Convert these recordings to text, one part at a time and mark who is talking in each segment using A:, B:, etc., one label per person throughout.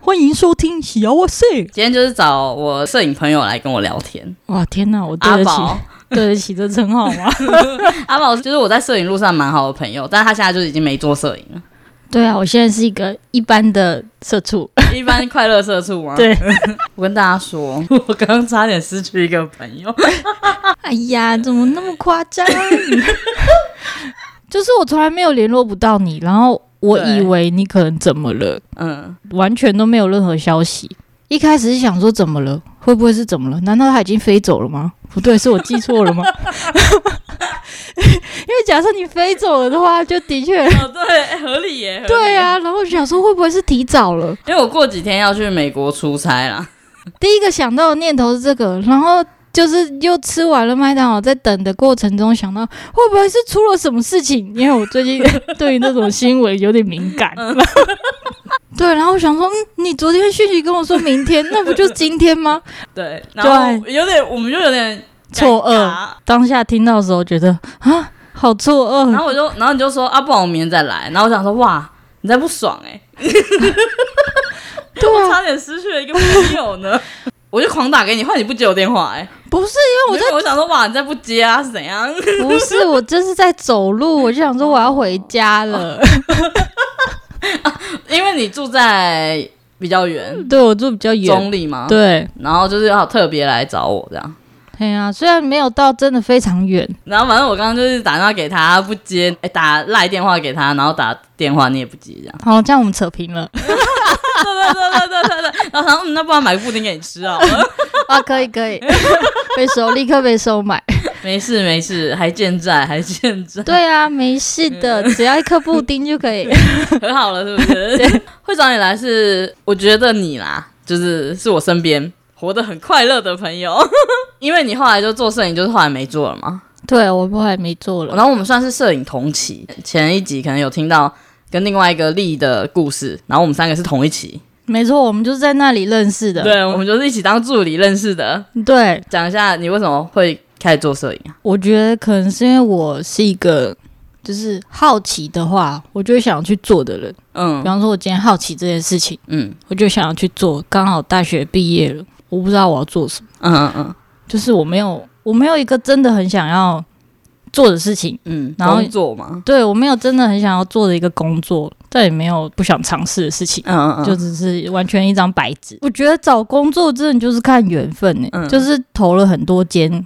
A: 欢迎收听《喜摇哇塞》。
B: 今天就是找我摄影朋友来跟我聊天。
A: 哇，天哪，我
B: 阿
A: 对得起，
B: 宝，
A: 对得起这称号吗？
B: 阿宝就是我在摄影路上蛮好的朋友，但他现在就是已经没做摄影 了，
A: 对啊，我现在是一个一般的社畜。
B: 一般快乐社畜吗？
A: 对，
B: 我跟大家说，我刚刚差点失去一个朋友。
A: 哎呀，怎么那么夸 张？就是我从来没有联络不到你，然后我
B: 对
A: 以为你可能怎么了，
B: 嗯，
A: 完全都没有任何消息。一开始是想说怎么了，会不会是怎么了？难道他已经飞走了吗？不对，是我记错 了吗？因为假设你飞走了的话，就的 确
B: 哦，对，哎合理耶。合理
A: 对，啊。然后我就想说，会不会是提早了？
B: 因为我过几天要去美国出差啦。
A: 第一个想到的念头是这个，然后就是又吃完了麦当劳，在等的过程中想到会不会是出了什么事情？因为我最 近对于那种新闻有点敏感。 对，然后我想说，嗯，你昨天讯息跟我说明 天，那不就是今天吗？
B: 对，然后有点，我们就有点
A: 错
B: 尴
A: 愕，
B: 尬。
A: 当下听到的时候觉得啊，好错
B: 然
A: 愕。
B: 后我就，然后你就说啊，不然我明天再来。然后我想说，哇，你再不爽哎、
A: 对
B: 我
A: 啊，
B: 差点失去了一个朋友呢。我就狂打给你，换你不接我电话哎、
A: 不是因为我
B: 我
A: 在，
B: 我想说，哇，你再不接啊，是 怎样？
A: 不是我就是在走路，我就想说我要回家了。
B: 因为你住在比较远，
A: 对我住比较远，
B: 中立嘛，，
A: 对，
B: 然后就是要特别来找我这样。
A: 对啊，虽然没有到真的非常远，
B: 然后反正我刚刚就是打电话给他，他不接，哎，打赖电话给他，然后打电话你也不接， 这样。
A: 好，这样我们扯平了
B: 对对对对对对。 然后他说，嗯，那不然买个布丁给你吃啊？
A: 啊，可以可以，被收，立刻被收 买。
B: 没事没事，还健在，还健在，
A: 对啊，没事
B: 嗯
A: 的，只要一颗布丁就可以。
B: 和好了是不是？会找你来是，我觉得你啦，就是是我身边活得很快乐的朋友， 因为你后来就做摄影，就是后来没做了嘛。
A: 对，我不还没做了。
B: 然后我们算是摄影同期，前一集可能有听到跟另外一个丽的故事，然后我们三个是同一期，
A: 没错，我们就是在那里认识的。
B: 对，我们就是一起当助理认识的。
A: 对，
B: 讲一下你为什么会开始做摄影啊？
A: 我觉得可能是因为我是一个就是好奇的话，我就会想要去做的人。比
B: 嗯
A: 方说，我今天好奇这件事情，
B: 嗯
A: 我就想要去做。刚好大学毕业了，我不知道我要做什么。
B: 嗯嗯嗯
A: 就是我没有，我没有一个真的很想要做的事情，
B: 嗯，
A: 然后
B: 工作嘛，
A: 对我没有真的很想要做的一个工作，但也没有不想尝试的事情。
B: 嗯嗯嗯，
A: 就只是完全一张白纸。我觉得找工作真的就是看缘分呢、
B: 嗯
A: 就是投了很多间，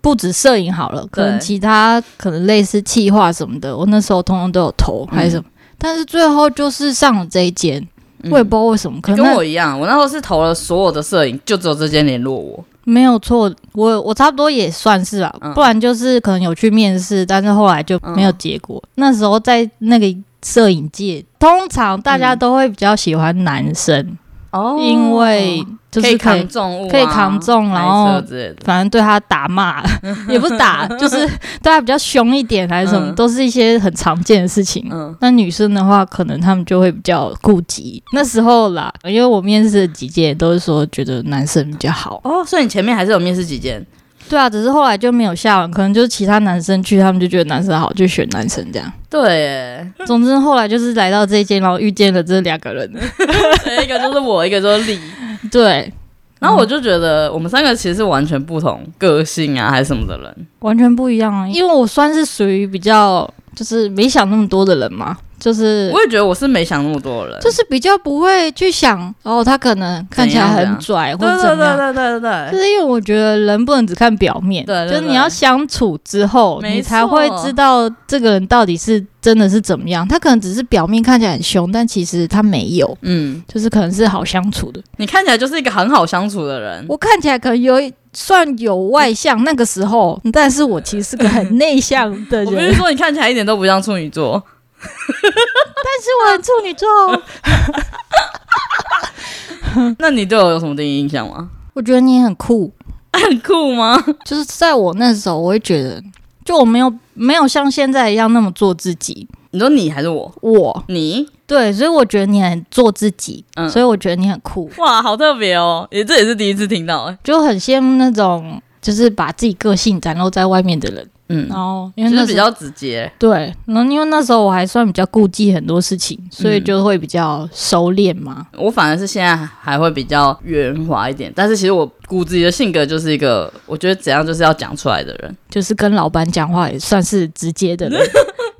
A: 不止摄影好了，可能
B: 对
A: 其他可能类似企划什么的，我那时候通通都有投，还是什么。但是最后就是上了这一间，
B: 嗯
A: 我也不知道为什么，可能
B: 跟
A: 那
B: 我一样，我那时候是投了所有的摄影，就只有这间联络我。
A: 没有错，我我差不多也算是吧，
B: 嗯
A: 不然就是可能有去面试，但是后来就没有结果。
B: 嗯
A: 那时候在那个摄影界，通常大家都会比较喜欢男生，
B: 哦
A: 因为就是
B: 可
A: 可以
B: 以扛重物啊、
A: 可以扛重然后
B: 开车之类的。
A: 反正对他打骂， 也不是打，就是 对他比较凶一点还是什么，
B: 嗯
A: 都是一些很常见的事情。
B: 嗯
A: 那女生的话，可能她们就会比较顾及。那时候啦，因为我面试的几届都是说觉得男生比较好，
B: 哦，所以你前面还是有面试几间，
A: 对啊，只是后来就没有下文，可能就是其他男生去，他们就觉得男生好，就选男生这 样。
B: 对耶，
A: 总之后来就是来到这一间，然后遇见了这两个人，
B: 所以一个就是我，一个就是 丽。
A: 对，
B: 然后我就觉得我们三个其实是完全不同个性啊，还是什么的人。
A: 完全不一样啊。因为我算是属于比较就是没想那么多的人嘛，就是
B: 我也觉得我是没想那么多的人，
A: 就是比较不会去想哦，他可能看起来
B: 怎样啊
A: 很拽或
B: 对
A: 者
B: 对
A: 怎么
B: 对
A: 样。
B: 对对对
A: 就
B: 对，
A: 是因为我觉得人不能只看表面，
B: 对对对
A: 就是你要相处之后，
B: 没错
A: 你才会知道这个人到底是真的是怎么样。他可能只是表面看起来很凶，但其实他没有，
B: 嗯，
A: 就是可能是好相处的。
B: 你看起来就是一个很好相处的人。
A: 我看起来可能有一算有外向，那个时候，但是我其实是个很内向的 人，
B: 我不
A: 但
B: 是说你看起来一点都不像处女座，
A: 是我很处女座哦。
B: 那你对我有什么第一印象吗？
A: 我觉得你很酷，
B: 很酷吗？
A: 就是在我那时候，我会觉得，就我没有没有像现在一样那么做自己。
B: 你说你还是我？
A: 我
B: 你
A: 对，所以我觉得你很做自己，
B: 嗯
A: 所以我觉得你很酷，
B: 哇，好特别哦！也这也是第一次听到哎、
A: 就很羡慕那种就是把自己个性展露在外面的人。
B: 嗯，
A: 然后因为
B: 就是
A: 那
B: 比
A: 时候
B: 较直接，
A: 对，然后因为那时候我还算比较顾忌很多事情，所以
B: 嗯
A: 就会比较收敛嘛。
B: 我反而是现在还会比较圆滑一点，但是其实我骨子里的性格就是一个，我觉得怎样就是要讲出来的人。
A: 就是跟老板讲话也算是直接 的人，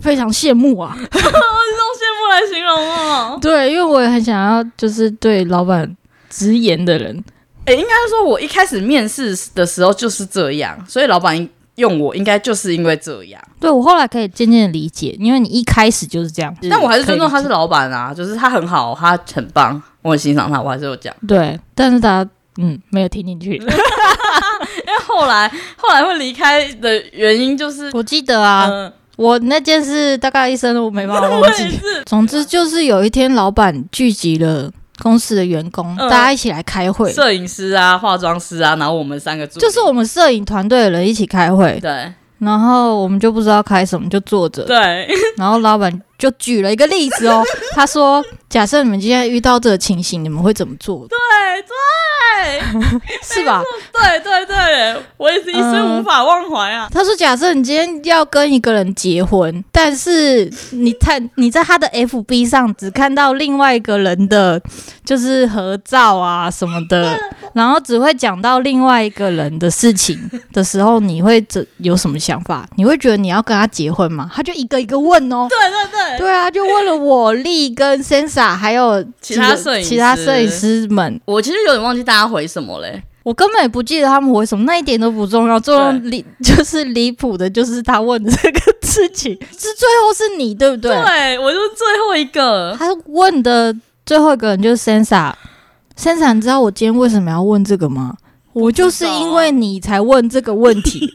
A: 非常羡慕啊。
B: 用羡慕来形容哦。
A: 对，因为我也很想要，就是对老板直言的人，
B: 哎、应该说我一开始面试的时候就是这样，所以老板用我应该就是因为这样，
A: 对我后来可以渐渐的理解，因为你一开始就是这样。
B: 但我还是尊重他
A: 可以
B: 是老板啊，就是他很好，他很棒，我很欣赏他，我还是有讲。
A: 理解对，但是他嗯没有听进 去。
B: 因为 后来后来会离开的原因就是，
A: 我记得啊，
B: 嗯、
A: 我那件事大概一生都没办法 忘记。总之就是有一天，老板聚集了公司的员工，
B: 嗯
A: 大家一起来开会，
B: 摄影师啊、化妆师啊，然后我们三个助理
A: 就是我们摄影团队的人一起开会，
B: 对
A: 然后我们就不知道开什么，就坐着，
B: 对，
A: 然后老板就举了一个例子哦，他说：“假设你们今天遇到这个情形，你们会怎么做？
B: 对对
A: 是吧
B: 对对对，我也是一生无法忘怀啊！”。
A: 他说：“假设你今天要跟一个人结婚，但是你看你在他的 FB 上只看到另外一个人的，就是合照啊什么的，然后只会讲到另外一个人的事情的时候，你会怎有什么想法？你会觉得你要跟他结婚吗？”他就一个一个问哦。
B: 对对 对，
A: 对啊，就问了我丽跟 Sensa，还有
B: 其
A: 几个
B: 他摄影
A: 其他
B: 师
A: 摄影师们，
B: 我其实有点忘记大家回什么嘞。
A: 我根本也不记得他们回什么，那一点都不重要。重要离就是离谱的，就是他问的这个事情是最后是你对不对？
B: 对，啊我就是最后一个。
A: 他问的最后一个人就是 Sensa。Sensa，你知道我今天为什么要问这个吗？我就是因为你才问这个问题，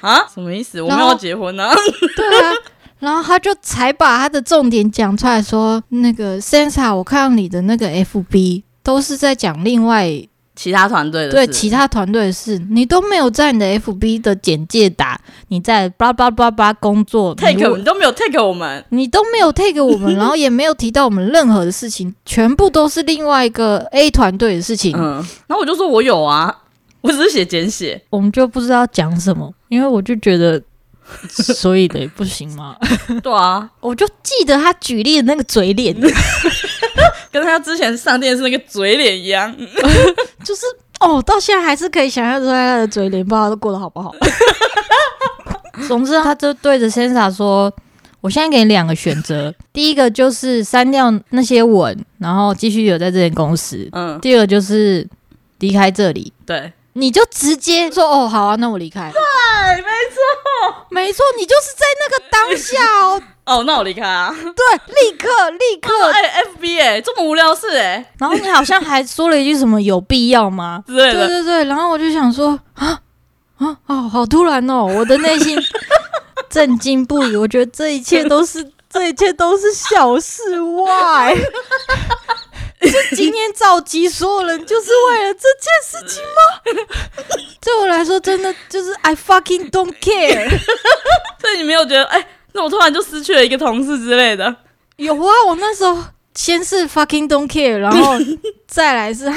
B: 啊，什么意思？我
A: 然
B: 们
A: 后
B: 要结婚呢、啊？
A: 对啊。然后他就才把他的重点讲出来说，那个 Sensa，我看到你的那个 FB 都是在讲另外
B: 其他团队的
A: 对
B: 事
A: 其他团队的事，你都没有在你的 FB 的简介打你在叭叭叭叭工作，你
B: take
A: 如
B: 你都没有 take 我们，
A: 你都没有 take 我 们，然后也没有提到我们任何的事情，全部都是另外一个 A 团队的事情，
B: 嗯，然后我就说我有啊，我只是写简 写，
A: 我们就不知道讲什么，因为我就觉得，所以嘞不行吗？
B: 对啊，
A: 我就记得他举例的那个嘴脸，
B: 跟他之前上电视那个嘴脸一样。
A: 就是哦，到现在还是可以想象出来他的嘴脸，不知道他过得好 不好。总之，啊他就对着 Sensa 说：“我现在给你两个选择，第一个就是删掉那些文，然后继续留在这间公司；
B: 嗯，
A: 第二个就是离开这里。”
B: 对，
A: 你就直接说哦，好啊，那我离开。
B: 哎，没错。
A: 没错，你就是在那个当下哦，
B: 哦，那我离开啊。
A: 对，立刻立 刻。
B: 哎，FB 哎，这么无聊事哎、
A: 然后你好像还说了一句什么“有必要吗”？
B: 之类
A: 对
B: 的。
A: 对对，然后我就想说啊啊哦，好突然哦，我的内 心震惊不已，我觉得这一切都是这一切都是小事 外。就今天召集所有人，就是为了这件事情吗？ 对我来说，真的就是 I fucking don't care。
B: 所以你没有觉得哎，那我突然就失去了一个同事之类的？
A: 有啊，我那时候先是 fucking don't care，然 后再来是哈，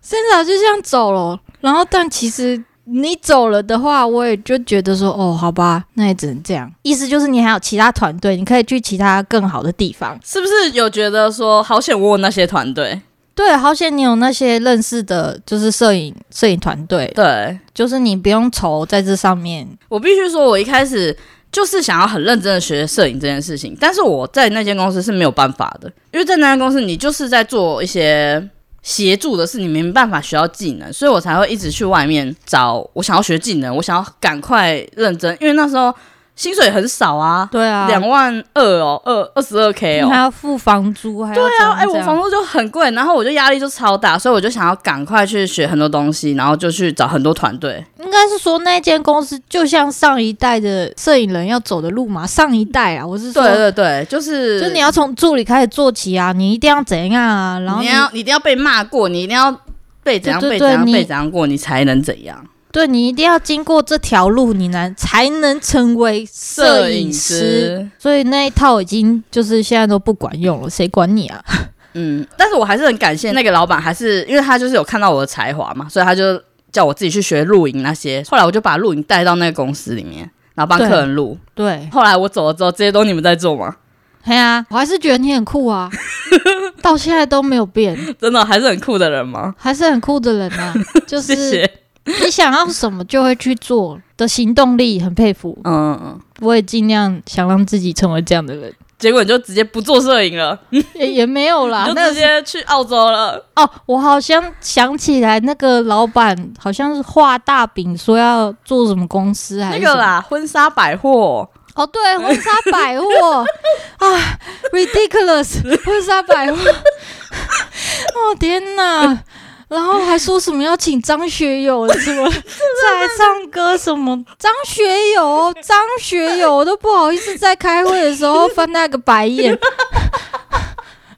A: 现在就这样走了。然后，但其实你走了的话，我也就觉得说，哦，好吧，那也只能这样。意思就是你还有其他团队，你可以去其他更好的地方。
B: 是不是有觉得说好险我有那些团队？
A: 对，好险你有那些认识的，就是摄影摄影团队，
B: 对
A: 就是你不用愁在这上面。
B: 我必须说，我一开始就是想要很认真的学摄影这件事情，但是我在那间公司是没有办法的，因为在那间公司你就是在做一些。协助的事，你没办法学到技能，所以我才会一直去外面找我想要学技能，我想要赶快认真，因为那时候薪水很少啊，
A: 对啊，
B: 两、万二哦，二二十二 k 哦，
A: 你还要付房租，还要
B: 对啊，哎、
A: 哎、
B: 我房租就很贵，然后我就压力就超大，所以我就想要赶快去学很多东西，然后就去找很多团队。
A: 应该是说那间公司就像上一代的摄影人要走的路嘛，上一代啊，我是说，
B: 对对对，就是
A: 就你要从助理开始做起啊，你一定要怎样啊，然后
B: 你
A: 你
B: 要你一定要被骂过，你一定要被怎样
A: 对对
B: 被怎样
A: 对你
B: 被怎样过，你才能怎样。
A: 对你一定要经过这条路，你能才能成为摄影师。，所以那一套已经就是现在都不管用了，谁管你 啊？
B: 嗯，但是我还是很感谢那个老板，还是因为他就是有看到我的才华嘛，所以他就叫我自己去学录影那些。后来我就把录影带到那个公司里面。然后帮客人录。
A: 对，
B: 后来我走了之后，这些都你们在做吗？
A: 嘿啊，我还是觉得你很酷啊，到现在都没有变，
B: 真的还是很酷的人吗？
A: 还是很酷的人 啊。就
B: 谢
A: 是
B: 谢。
A: 你想要什么就会去做的行动力，很佩服。
B: 嗯嗯，嗯
A: 我也尽量想让自己成为这样的人，
B: 结果你就直接不做摄影了，
A: 也也没有啦
B: 你。就
A: 啊那
B: 直接去澳洲了。
A: 哦，我好像想起来，那个老板好像是画大饼，说要做什么公司还
B: 那
A: 是什
B: 个
A: 么
B: 啦，婚纱百货，
A: 哦，对，婚纱百货 啊，ridiculous，婚纱百 货，哦天哪！然后还说什么要请张学友什 么再来唱歌什么，张学友，张学友，我都不好意思在开会的时候翻那个白 眼。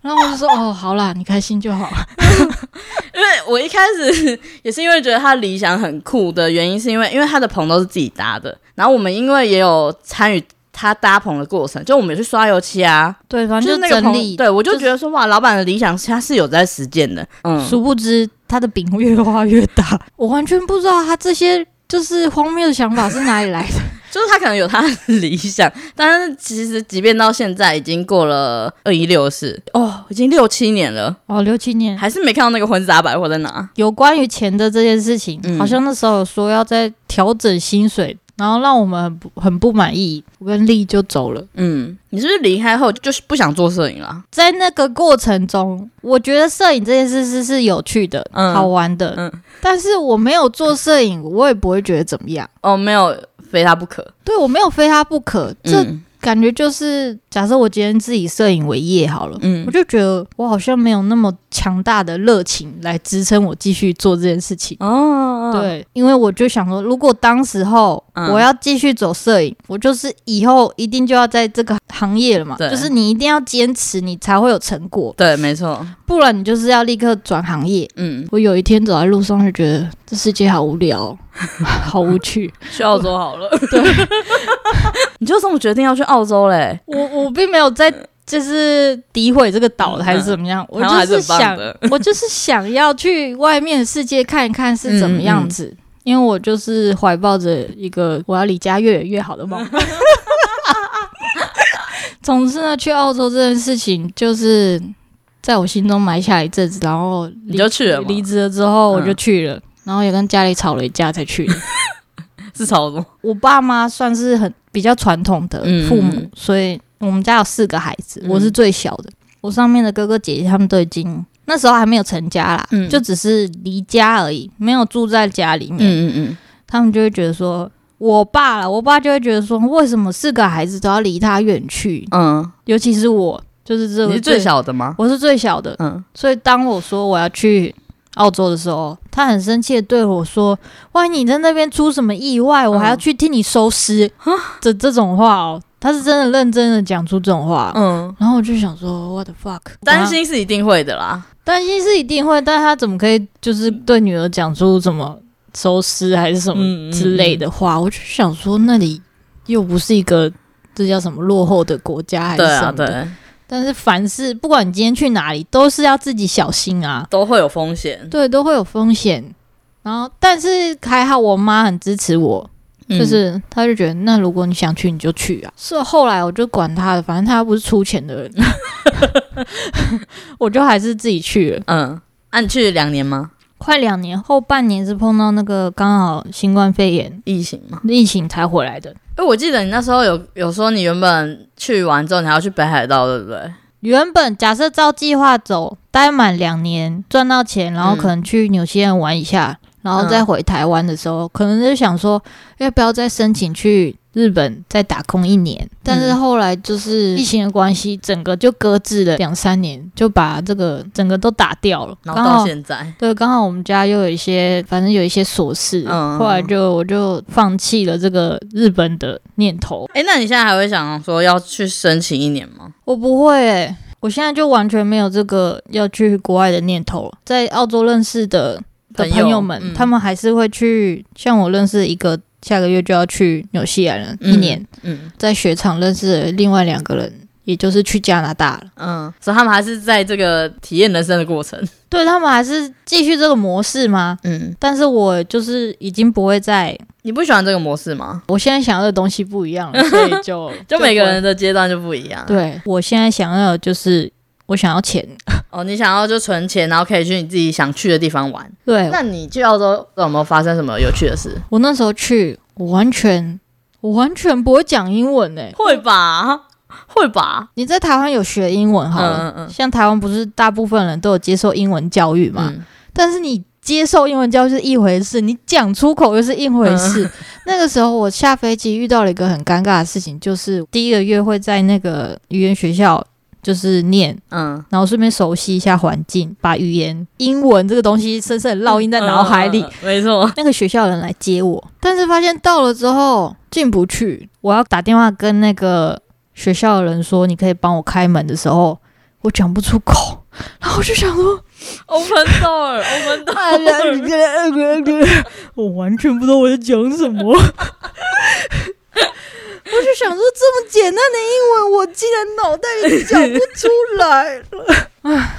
A: 然后我就说哦，好啦，你开心就好。
B: 因为我一开始也是因为觉得他理想很酷的原因，是因为因为他的棚都是自己搭的，然后我们因为也有参与他搭棚的过程，就我们有去刷油漆啊，
A: 对，反
B: 就是
A: 正
B: 那
A: 就
B: 个
A: 整
B: 棚
A: 理。
B: 对我就
A: 就是
B: 觉得说哇，老板的理想他是有在实践的，嗯，
A: 殊不知他的饼越画越大，我完全不知道他这些就是荒谬的想法是哪里来的。
B: 就是他可能有他的理想，但是其实即便到现在已经过了二一六四哦，已经六七年了，
A: 哦，六七年
B: 还是没看到那个婚纱百货在哪，
A: 有关于钱的这件事情，
B: 嗯
A: 好像那时候有说要再调整薪水，然后让我们很不很不满意，我跟丽就走了。
B: 嗯，你是不是离开后就是不想做摄影了？
A: 在那个过程中，我觉得摄影这件事是是有趣的、
B: 嗯
A: 好玩的，
B: 嗯
A: 但是我没有做摄影，我也不会觉得怎么样。
B: 哦，没有，非他不可，
A: 对我没有非他不可，这
B: 嗯
A: 感觉就是假设我今天自己摄影为业好了。
B: 嗯
A: 我就觉得我好像没有那么强大的热情来支撑我继续做这件事情。
B: 哦，
A: 对，因为我就想说，如果当时候
B: 嗯
A: 我要继续走摄影，我就是以后一定就要在这个行业了嘛，
B: 对
A: 就是你一定要坚持，你才会有成果，
B: 对，没错，
A: 不然你就是要立刻转行业。
B: 嗯，
A: 我有一天走在路上就觉得这世界好无聊哦， 好无 趣。
B: 去澳洲好了。对， 你就这么决定要去澳洲嘞？
A: 我我并没有在就是诋毁这个岛还是怎么样，我
B: 嗯台湾还
A: 就是是
B: 很棒
A: 想
B: 的。
A: 我就是想要去外面的世界看一看是怎么样子，
B: 嗯
A: 因为我就是怀抱着一个我要离家越远越好的 梦。总之呢，去澳洲这件事情就是在我心中埋下一阵子，然后离
B: 你就去了吗
A: 离职了之后
B: 嗯
A: 我就去了，然后也跟家里吵了一架才去的。
B: 是潮州，
A: 我爸妈算是很比较传统的父母，
B: 嗯嗯
A: 所以我们家有四个孩子，
B: 嗯
A: 我是最小的。我上面的哥哥姐姐他们都已经那时候还没有成家啦，
B: 嗯
A: 就只是离家而已，没有住在家里面。
B: 嗯嗯
A: 他们就会觉得说，我爸啦，我爸就会觉得说，为什么四个孩子都要离他远去？
B: 嗯
A: 尤其是我，就是这个
B: 嗯，你是最，小的吗？
A: 我是最小的，
B: 嗯，
A: 所以当我说我要去澳洲的时候，他很生气的对我说：“万一你在那边出什么意外，我还
B: 嗯
A: 要去替你收尸。
B: 啊
A: 这这种话哦，他是真的认真的讲出这种话。
B: 嗯，
A: 然后我就想说，what the fuck？啊
B: 担心是一定会的啦。
A: 担心是一定会，但他怎么可以就是对女儿讲出什么收尸还是什
B: 嗯嗯
A: 么之类的话？我就想说，那里又不是一个这叫什么落后的国家还是
B: 对
A: 什
B: 啊，
A: 么的。
B: 对，
A: 但是凡事不管你今天去哪里，都是要自己小心啊。
B: 都会有风险，
A: 对，都会有风险。然后，但是还好，我妈很支持我，就
B: 嗯
A: 是她就觉得，那如果你想去，你就去啊。是后来我就管她的，反正她又不是出钱的人， 我就还是自己去了。
B: 嗯。啊，你去两年吗？
A: 快两年后半年是碰到那个刚好新冠肺炎
B: 疫情吗？
A: 疫情才回来的。
B: 哎，我记得你那时候有有说你原本去完之后你还要去北海道，对不对？
A: 原本假设照计划走，待满两年赚到钱，然后
B: 嗯
A: 可能去纽西兰玩一下，然后
B: 嗯
A: 再回台湾的时候，可能就想说要不要再申请去日本再打工一年。
B: 嗯
A: 但是后来就是疫情的关系，整个就搁置了两三年，就把这个整个都打掉了。
B: 然
A: 刚
B: 后到
A: 好
B: 现在，
A: 对，刚好我们家又有一些，反正有一些琐事，
B: 嗯
A: 后来就我就放弃了这个日本的念头。
B: 哎，那你现在还会想说要去申请一年吗？
A: 我不会、欸，我现在就完全没有这个要去国外的念头了。在澳洲认识的的
B: 朋友
A: 朋友们，
B: 嗯
A: 他们还是会去，像我认识一个下个月就要去纽西兰了，
B: 嗯
A: 一年
B: 嗯
A: 在雪场认识的另外两个人，也就是去加拿大了。
B: 嗯，所以他们还是在这个体验人生的过程。
A: 对他们还是继续这个模式吗？
B: 嗯
A: 但是我就是已经不会再
B: 你不喜欢这个模式吗？
A: 我现在想要的东西不一 样了，所以就
B: 就每个
A: 不
B: 人的阶段就不一样。
A: 对我现在想要的就是我想要钱，
B: 哦，你想要就存钱，然后可以去你自己想去的地方玩。
A: 对
B: 那你去澳洲有没有发生什么有趣的事？
A: 我那时候去，我完全我完全不会讲英文诶、
B: 会吧，会吧。
A: 你在台湾有学英文好了，
B: 嗯嗯
A: 像台湾不是大部分人都有接受英文教育嘛？
B: 嗯，
A: 但是你接受英文教育是一回事，你讲出口又是一回事。
B: 嗯
A: 那个时候我下飞机遇到了一个很尴尬的事情，就是第一个月会在那个语言学校就是念，
B: 嗯，
A: 然后顺便熟悉一下环境，把语言英文这个东西深深地烙印在脑海里。
B: 嗯，嗯嗯没错。
A: 那个学校的人来接我，但是发现到了之后进不去，我要打电话跟那个学校的人说，你可以帮我开门的时候， 我讲不出口，然后我就想说，
B: Open door，Open
A: 哎
B: door。
A: 呃 我完全不知道我在讲什 么。我就想说，这么简单的英文，我竟然脑袋里讲不出来了。 唉，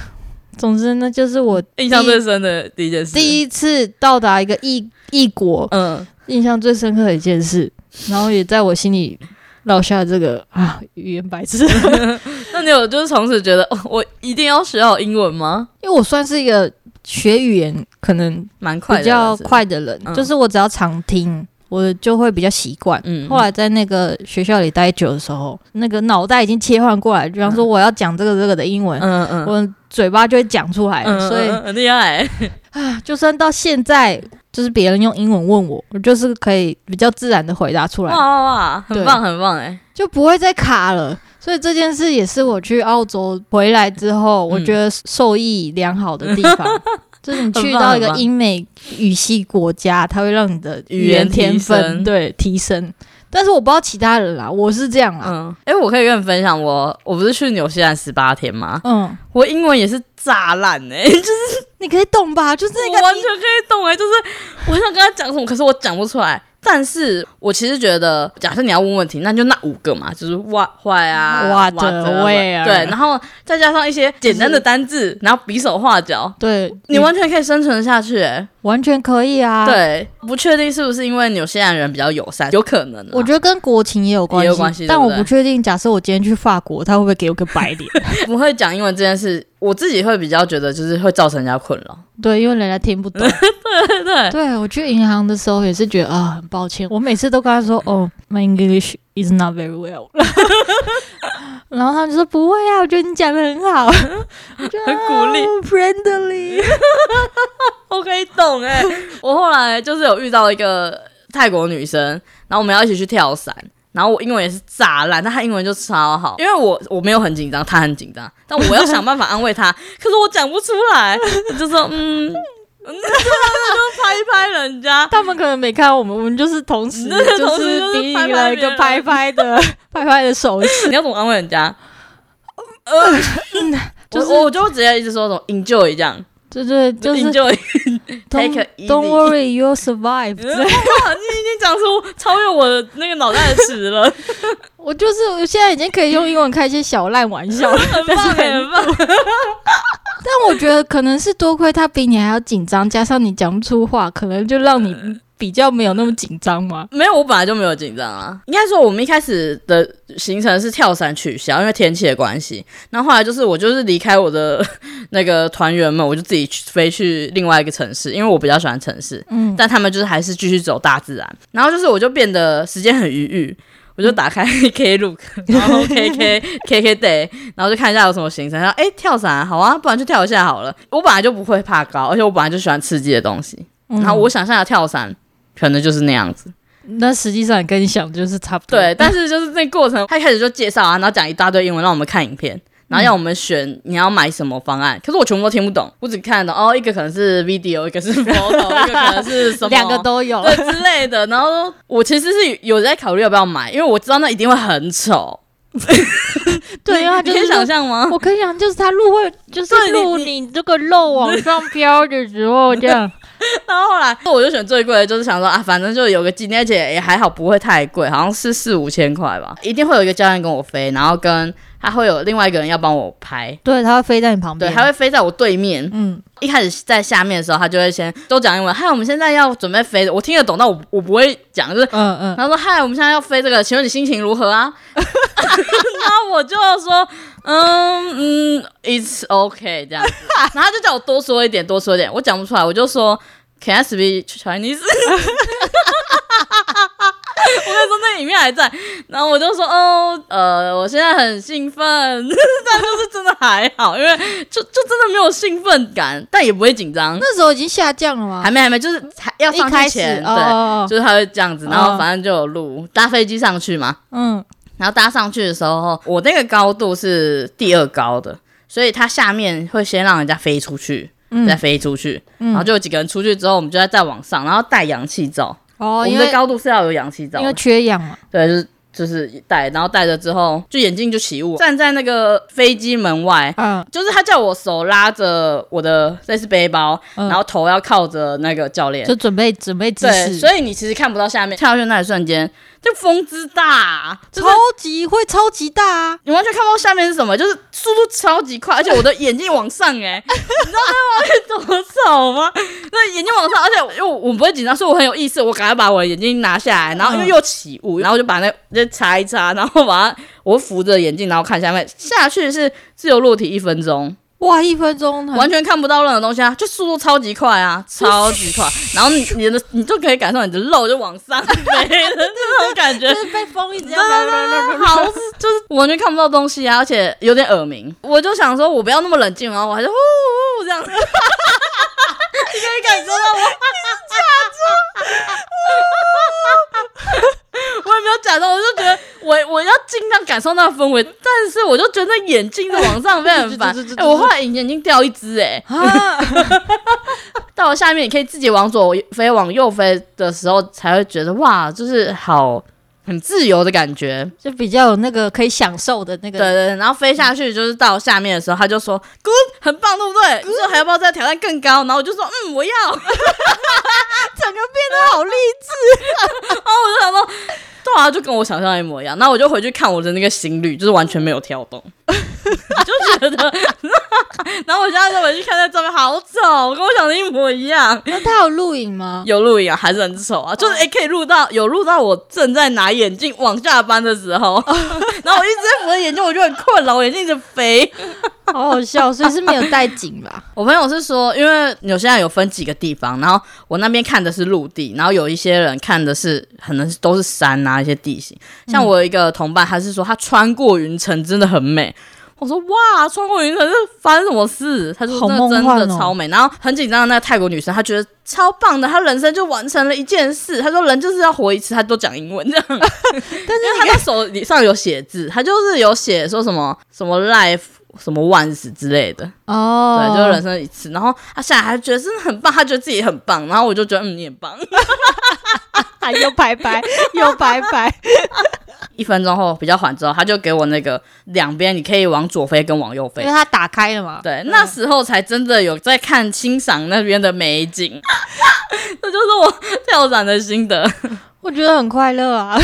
A: 总之呢，就是我
B: 印象最深的第一件事。
A: 第
B: 一，
A: 一次到达一个异异国，
B: 嗯，
A: 印象最深刻的一件事，然后也在我心里烙下这个啊语言白 痴，
B: 那你有就是从此觉得、哦、我一定要学好英文吗？
A: 因为我算是一个学语言可能
B: 蛮快的，
A: 比较
B: 是不是，
A: 快的人，
B: 嗯
A: 就是我只要常听，我就会比较习惯。
B: 嗯
A: 后来在那个学校里待久的时候，那个脑袋已经切换过来，比方说我要讲这个这个的英文，
B: 嗯嗯嗯
A: 我嘴巴就会讲出来，
B: 嗯，
A: 所以
B: 嗯很厉 害，
A: 啊，就算到现在，就是别人用英文问我，我就是可以比较自然的回答出来
B: 哇。哇哇，
A: 对
B: 很棒很棒哎，
A: 就不会再卡了。所以这件事也是我去澳洲回来之后，我觉得
B: 嗯
A: 受益良好的地 方。就是你去到一个英美语系国家，它会让你的
B: 语言
A: 天
B: 提
A: 分
B: 升
A: 对提升。但是我不知道其他人啦，我是这样啦。
B: 嗯，哎，我可以跟你分享我，我不是去纽西兰十八天吗？
A: 嗯
B: 我英文也是炸烂哎、就是
A: 你可以懂吧？就是那
B: 我
A: 个
B: 完全可以懂哎、就是我想跟他讲什么，可是我讲不出来。但是我其实觉得，假设你要问问题，那就那五个嘛，就是 what why 啊
A: What,
B: whatever
A: where
B: 对，然后再加上一些简单的单字，然后比手画脚，
A: 对，
B: 你完全可以生存下去、欸。
A: 完全可以啊。，
B: 对，不确定是不是因为纽西兰人比较友善，有可能啊。
A: 我觉得跟国情也有关
B: 也
A: 系，
B: 有关系
A: 但
B: 对
A: 我
B: 不对
A: 不确定，假设我今天去法国，他会不会给我个白脸？
B: 得不会讲英文这件事，我自己会比较觉得就是会造成人家困扰。
A: 对，因为人家听不懂。
B: 对对，
A: 对我去银行的时候也是觉得啊，很抱歉，我每次都跟他说，哦，my English is not very well，然后他就说不会啊，我觉得你讲的很 好，我觉得
B: 很鼓励
A: 哦 friendly，
B: 我可以懂 哎、我后来就是有遇到一个泰国女生，然后我们要一起去跳伞，然后我英文也是炸烂，但她英文就超好，因为我我没有很紧张，她很紧张，但我要想办法安慰她，可是我讲不出来，我就说嗯，嗯就拍一拍人家，
A: 他们可能没看到我们，我们就是 同时就
B: 同时
A: 是
B: 就是
A: 比
B: 拍
A: 你
B: 拍
A: 了一
B: 别
A: 个
B: 人
A: 拍拍的 拍拍的手 势，
B: 你要怎么安慰人家？呃，
A: 就是
B: 我我就直接一直说什么 enjoy 这样，
A: 就是就是
B: enjoy，
A: don't
B: take it
A: don't
B: easy
A: worry you survive 之 类的。
B: 哇，你已经讲出超越我的那个脑袋的词 了，
A: 我就是我现在已经可以用英文开一些小烂玩笑了，
B: 很棒欸很棒，
A: 但我觉得可能是多亏他比你还要紧张，加上你讲不出话，可能就让你
B: 呃
A: 比较没有那么紧张嘛。
B: 没有，我本来就没有紧张啊。应该说，我们一开始的行程是跳伞取消，因为天气的关系。然后后来就是我就是离开我的 那个团员们，我就自己去飞去另外一个城市，因为我比较喜欢城市。
A: 嗯，
B: 但他们就是还是继续走大自然。然后就是我就变得时间很余裕，我就打开 Klook，然后 KK KK Day，然后就看一下有什么行程。然后哎，跳伞好啊，不然就跳一下好了。我本来就不会怕高，而且我本来就喜欢刺激的东西。
A: 嗯
B: 然后我想象的跳伞可能就是那样子。
A: 那实际上跟你想的就是差不多。
B: 对，但是就是那过程，他一开始就介绍啊，然后讲一大堆英文让我们看影片，然后要我们选你要买什么方案，可是我全部都听不懂，我只看得懂哦，一个可能是 video，一个是 photo，一个可能是什么，
A: 两个都有。
B: 对之类的。然后我其实是有在考虑要不要买，因为我知道那一定会很丑。
A: 对啊，
B: 你
A: 就
B: 可
A: 是
B: 以想象吗？
A: 我可以想，就是他路会就是录你这个肉往上飘的时候，这 样
C: 然后后来
B: 我就选最贵的，就是想说啊，反正就有个纪念，而且也还好，不会太贵，好像是四五千块吧。一定会有一个教练跟我飞，然后跟还会有另外一个人要帮我拍，
A: 对，它会飞在你旁
B: 对，
A: 边，
B: 还会飞在我对面。
A: 嗯，
B: 一开始在下面的时候，他就会先都讲英文，嗨，我们现在要准备飞，我听得懂，但我我不会讲，就是
A: 嗯嗯，
B: 他说：“嗨，我们现在要飞这个，请问你心情如何啊？” 然后我就说：“嗯嗯，It's okay 这样子。” 然后他就叫我多说一点，多说一点。我讲不出来，我就说：“Can I speak Chinese？” 我那时候那影片还在，然后我就说：“哦，呃，我现在很兴奋， 但就是真的还好，因为就就真的没有兴奋感，但也不会紧张。
A: 那时候已经下降了吗？
B: 还没还没，就是还要
A: 一
B: 上
A: 开始
B: 去前，
A: 哦
B: 对。
A: 哦，哦
B: 就是他会这样子，
A: 哦
B: 然后反正就有路，搭飞机上去嘛。
A: 嗯，
B: 然后搭上去的时候，我那个高度是第二高的，所以它下面会先让人家飞出去，
A: 嗯
B: 再飞出去，
A: 嗯
B: 然后就有几个人出去之后，我们就再再往上，然后带氧气罩。
A: 哦，
B: 我
A: 因
B: 们
A: 为
B: 的高度是要有氧气罩
A: 因为
B: 的，
A: 缺氧嘛，
B: 对，就是就是戴，然后戴着之后，就眼镜就起雾，站在那个飞机门外。
A: 嗯，
B: 就是他叫我手拉着我的类似背包，
A: 嗯
B: 然后头要靠着那个教练，
A: 就准备准备姿
B: 对，
A: 势，
B: 所以你其实看不到下面跳下去那一瞬间，就风之大啊，就是
A: 超级会超级大啊！
B: 你完全看不到下面是什么，就是速度超级快，而且我的眼睛往上哎、 你知道在往上多少吗？那眼睛往上，而且因为我我不会紧张，所以我很有意识，我赶快把我的眼睛拿下来，然后因为又起雾，然后我就把那就擦一擦，然后把它我扶着眼镜，然后看下面下去是自由落体一分钟，
A: 哇，一分钟很
B: 完全看不到任何东西啊，就速度超级快啊，超级快，然后你你的你就可以感受你的肉就往上飞了，那种感觉
A: 就。是被风一直这样。
B: 好，是就是完全看不到东西啊，而且有点耳鸣。我就想说，我不要那么冷静，然后我还是呼呼呼这样子。你可以感受到我，你是假装，我也没有假装，我就觉得我我要尽量感受那个氛围，但是我就觉得眼睛的往上飞很烦哎、我后来眼睛掉一只、哎，
A: 啊！
B: 到了下面你可以自己往左飞，往右飞的时候才会觉得哇，就是好很自由的感觉。
A: 就比较有那个可以享受的那
B: 对
A: 个，
B: 对，对然后飞下去就是到下面的时候，他就说 “good”，很棒，对不对？你说还要不要再挑战更高？然后我就说嗯，我要。
A: 整个变得好厉
B: 然后我就想说，对啊，就跟我想象一模一样。然后我就回去看我的那个心率，就是完全没有跳动， 就觉得。 然后我现在再回去看那照片，好丑，我跟我想的一模一样。
A: 害。那他有录影 吗？
B: 有录影啊，还是很丑啊，就是诶、可以录到有录到我正在拿眼镜往下搬的时候，然后我一直在扶着眼睛，我就很困扰，我眼睛一直飞。
A: 好好笑，所以是没有带景吧？
B: 我朋友是说，因为纽西兰有分几个地方，然后我那边看的是陆地，然后有一些人看的是可能都是山啊一些地形。像我有一个同伴，他是说他穿过云层真的很美。我说哇，穿过云层是发生什么事？他就说
A: 好
B: 那
A: 梦
B: 真
A: 幻
B: 的
A: 哦
B: 超美。然后很紧张的那个泰国女生，她觉得超棒的，她人生就完成了一件事。她说人就是要活一次，她都讲英文这样。
A: 但是
B: 因为他那手里上有写字，他就是有写说什么什么 life 什么 once 之类的。
A: 哦，
B: 对，就是人生一次。然后他下来还觉得真的很棒，他觉得自己很棒，然后我就觉得嗯，你很棒。
A: 还又拜拜，又拜拜，
B: 一分钟后比较缓之后，他就给我那个两边你可以往左飞跟往右
A: 因
B: 飞
A: 为。他打开了嘛。
B: 对，那时候才真的有在看欣赏那边的美景， 这就是我 跳伞的心得。
A: 我觉得很快乐啊，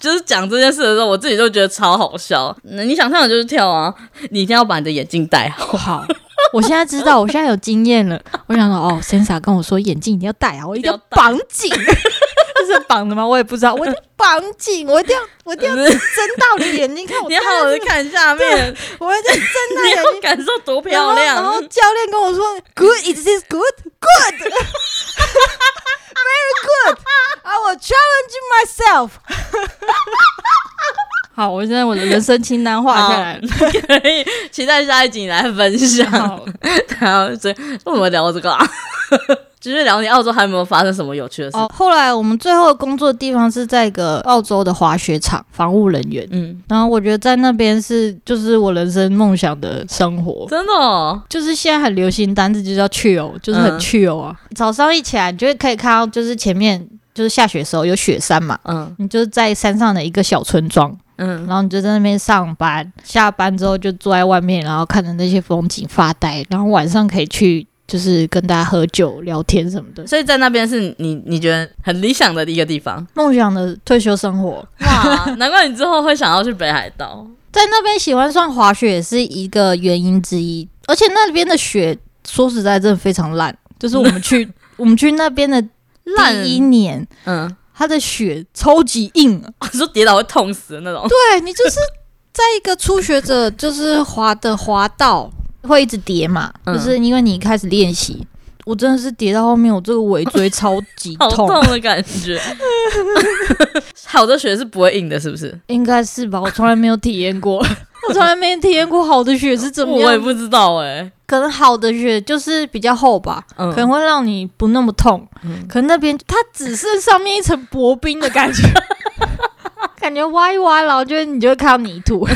B: 就是讲这件事的时候，我自己就觉得超好笑。那你想跳的就是跳啊，你一定要把你的眼镜戴好。
A: 好。我现在知道，我现在有经验了。我想说，哦，Sensa 跟我说眼镜一定要戴啊好，我一定要绑紧。 这是绑的吗？我也不知道，我一定要绑紧，我一定要，我一定要
B: 你
A: 睁到你的眼睛看我
B: 要
A: 戴
B: 好好的看下面，
A: 我还在睁大
B: 你
A: 眼
B: 要
A: 睛
B: 感受多
A: 然
B: 漂
A: 后
B: 亮。
A: 然后教练跟我说，Good, is this good? Good, very good. I will challenge myself. 好，我现在我的人生清单画下来了。
B: 可以期待下一集你来分享。
A: 好，
B: 然后所以为什么聊这个啊？ 就是聊你澳洲还有没有发生什么有趣的事？
A: 哦，后来我们最后工作的地方是在一个澳洲的滑雪场，防务人员。
B: 嗯，
A: 然后我觉得在那边是就是我人生梦想的生活，
B: 真的、哦，
A: 就是现在很流行单字就叫 chill，就是很
B: 嗯
A: chill 啊。早上一起来，你就会可以看到，就是前面就是下雪的时候有雪山嘛，
B: 嗯
A: 你就是在山上的一个小村庄，
B: 嗯，
A: 然后你就在那边上班，下班之后就坐在外面，然后看着那些风景发呆，然后晚上可以去就是跟大家喝酒聊天什么的，
B: 所以在那边是你你觉得很理想的一个地方
A: 梦想的退休生活。
B: 哇， 难怪你之后会想要去北海道。
A: 在那边喜欢上滑雪也是一个原因之一，而且那边的雪说实在真的非常烂，就是我们 去我们去那边的
B: 烂
A: 第一年，
B: 嗯，哦
A: 它的雪超级硬，
B: 你说跌倒会痛死的那种，
A: 对你就是在一个初学者，就是滑的滑道会一直跌嘛，
B: 嗯
A: 就是因为你开始练习。我真的是跌到后面，我这个尾椎超级
B: 好
A: 痛，
B: 痛的感 觉。好的雪是不会硬的，是不是？
A: 应该是吧？我从来没有体验过， 我从来没体验过好的雪是怎么
B: 我也
A: 样。
B: 不知道哎、
A: 可能好的雪就是比较厚吧，
B: 嗯
A: 可能会让你不那么痛。
B: 嗯
A: 可能那边它只剩上面一层薄冰的感觉， 感觉挖一挖，然后就你就会看到泥 土。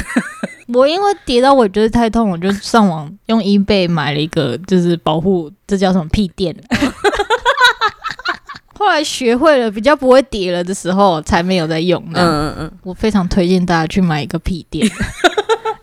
A: 我因为跌到我觉得太痛，我就上网用 eBay 买了一个，就是保护这叫什么屁 垫。后来学会了比较不会跌了的时候，才没有在用
B: 嗯
A: 呢。
B: 嗯嗯，
A: 我非常推荐大家去买一个屁 垫，